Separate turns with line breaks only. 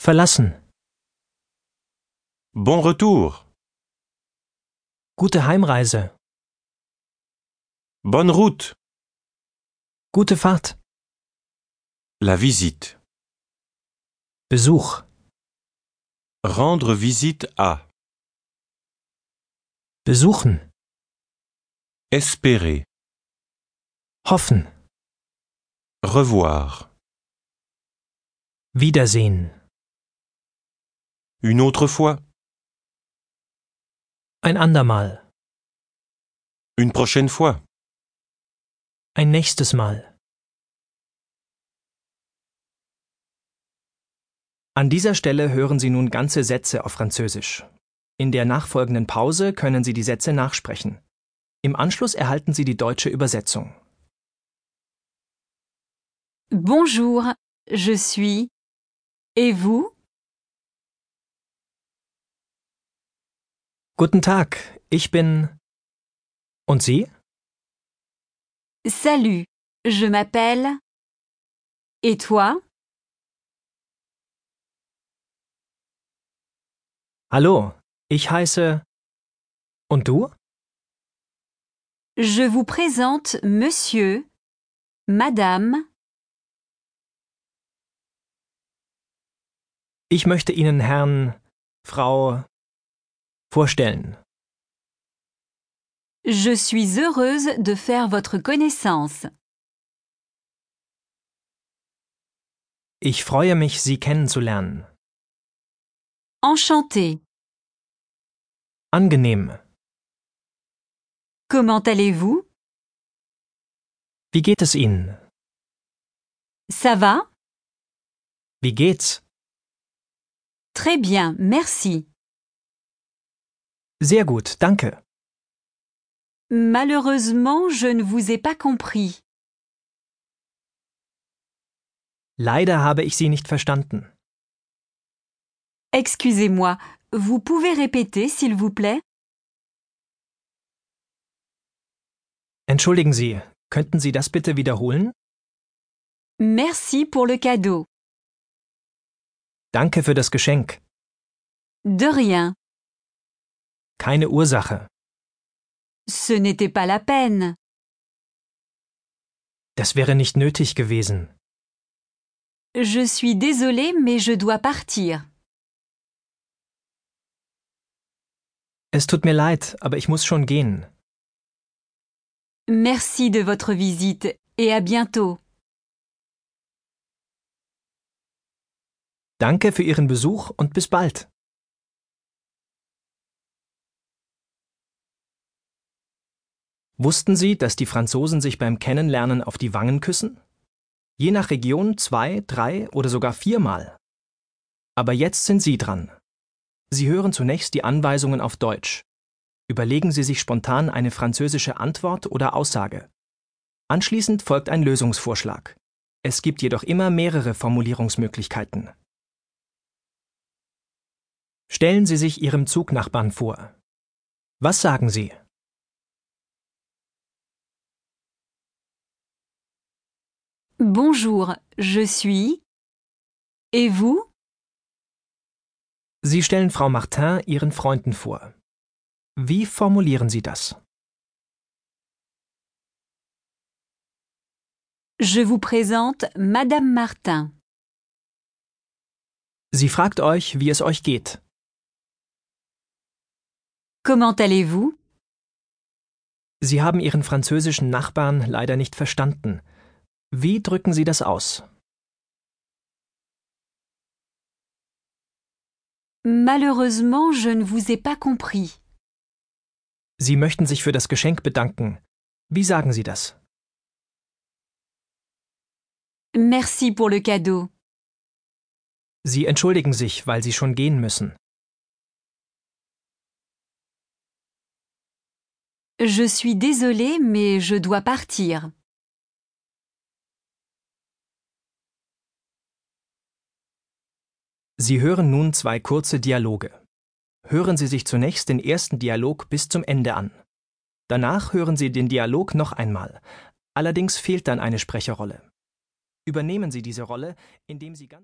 verlassen.
Bon retour.
Gute Heimreise.
Bonne route.
Gute Fahrt.
La visite.
Besuch.
Rendre visite à.
Besuchen.
Espérer.
Hoffen.
Revoir.
Wiedersehen.
Une autre fois.
Ein andermal.
Une prochaine fois.
Ein nächstes Mal. An dieser Stelle hören Sie nun ganze Sätze auf Französisch. In der nachfolgenden Pause können Sie die Sätze nachsprechen. Im Anschluss erhalten Sie die deutsche Übersetzung.
Bonjour, je suis. Et vous
Guten Tag, ich bin. Und Sie?
Salut, je m'appelle. Et toi
Hallo, ich heiße. Und du?
Je vous présente monsieur, madame.
Ich möchte Ihnen Herrn, Frau vorstellen.
Je suis heureuse de faire votre connaissance.
Ich freue mich, Sie kennenzulernen.
Enchantée.
Angenehm.
Comment allez-vous
Wie geht es Ihnen?
Ça va
Wie geht's?
Très bien, merci.
Sehr gut, danke.
Malheureusement, je ne vous ai pas compris.
Leider habe ich Sie nicht verstanden.
Excusez-moi, vous pouvez répéter, s'il vous plaît
Entschuldigen Sie, könnten Sie das bitte wiederholen?
Merci pour le cadeau.
Danke für das Geschenk.
De rien.
Keine Ursache.
Ce n'était pas la peine.
Das wäre nicht nötig gewesen.
Je suis désolée, mais je dois partir.
Es tut mir leid, aber ich muss schon gehen.
Merci de votre visite et à bientôt.
Danke für Ihren Besuch und bis bald. Wussten Sie, dass die Franzosen sich beim Kennenlernen auf die Wangen küssen? Je nach Region zwei, drei oder sogar viermal. Aber jetzt sind Sie dran. Sie hören zunächst die Anweisungen auf Deutsch. Überlegen Sie sich spontan eine französische Antwort oder Aussage. Anschließend folgt ein Lösungsvorschlag. Es gibt jedoch immer mehrere Formulierungsmöglichkeiten. Stellen Sie sich Ihrem Zugnachbarn vor. Was sagen Sie?
Bonjour, je suis. Et vous
Sie stellen Frau Martin Ihren Freunden vor. Wie formulieren Sie das?
Je vous présente Madame Martin.
Sie fragt euch, wie es euch geht.
Comment allez-vous
Sie haben Ihren französischen Nachbarn leider nicht verstanden. Wie drücken Sie das aus?
Malheureusement, je ne vous ai pas compris.
Sie möchten sich für das Geschenk bedanken. Wie sagen Sie das?
Merci pour le cadeau.
Sie entschuldigen sich, weil Sie schon gehen müssen.
Je suis désolée, mais je dois partir.
Sie hören nun zwei kurze Dialoge. Hören Sie sich zunächst den ersten Dialog bis zum Ende an. Danach hören Sie den Dialog noch einmal. Allerdings fehlt dann eine Sprecherrolle. Übernehmen Sie diese Rolle, indem Sie ganz